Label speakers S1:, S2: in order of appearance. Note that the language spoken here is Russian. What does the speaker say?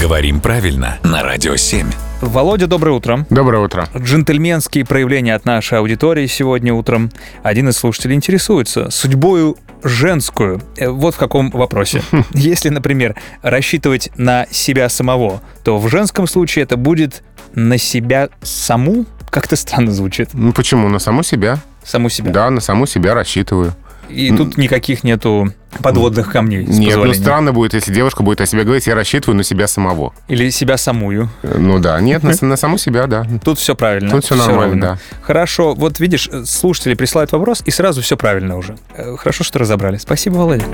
S1: Говорим правильно на Радио 7.
S2: Володя, доброе утро.
S3: Доброе утро.
S2: Джентльменские проявления от нашей аудитории сегодня утром. Один из слушателей интересуется судьбою женскую. Э, Вот в каком вопросе. Если, например, рассчитывать на себя самого, то в женском случае это будет на себя саму? Как-то странно звучит.
S3: Ну почему? На саму себя.
S2: Саму себя.
S3: Да, на саму себя рассчитываю.
S2: И тут никаких нету подводных камней. с
S3: Нет, ну
S2: позволения.
S3: странно будет, если девушка будет о себе говорить, я рассчитываю на себя самого.
S2: Или себя самую.
S3: Э, Ну да, нет, на, с- на саму себя, да.
S2: Тут все правильно.
S3: Тут всё
S2: всё
S3: нормально,
S2: ровно. Хорошо, вот видишь, э, слушатели присылают вопрос, и сразу все правильно уже. Э, Хорошо, что разобрали. Спасибо, Володя.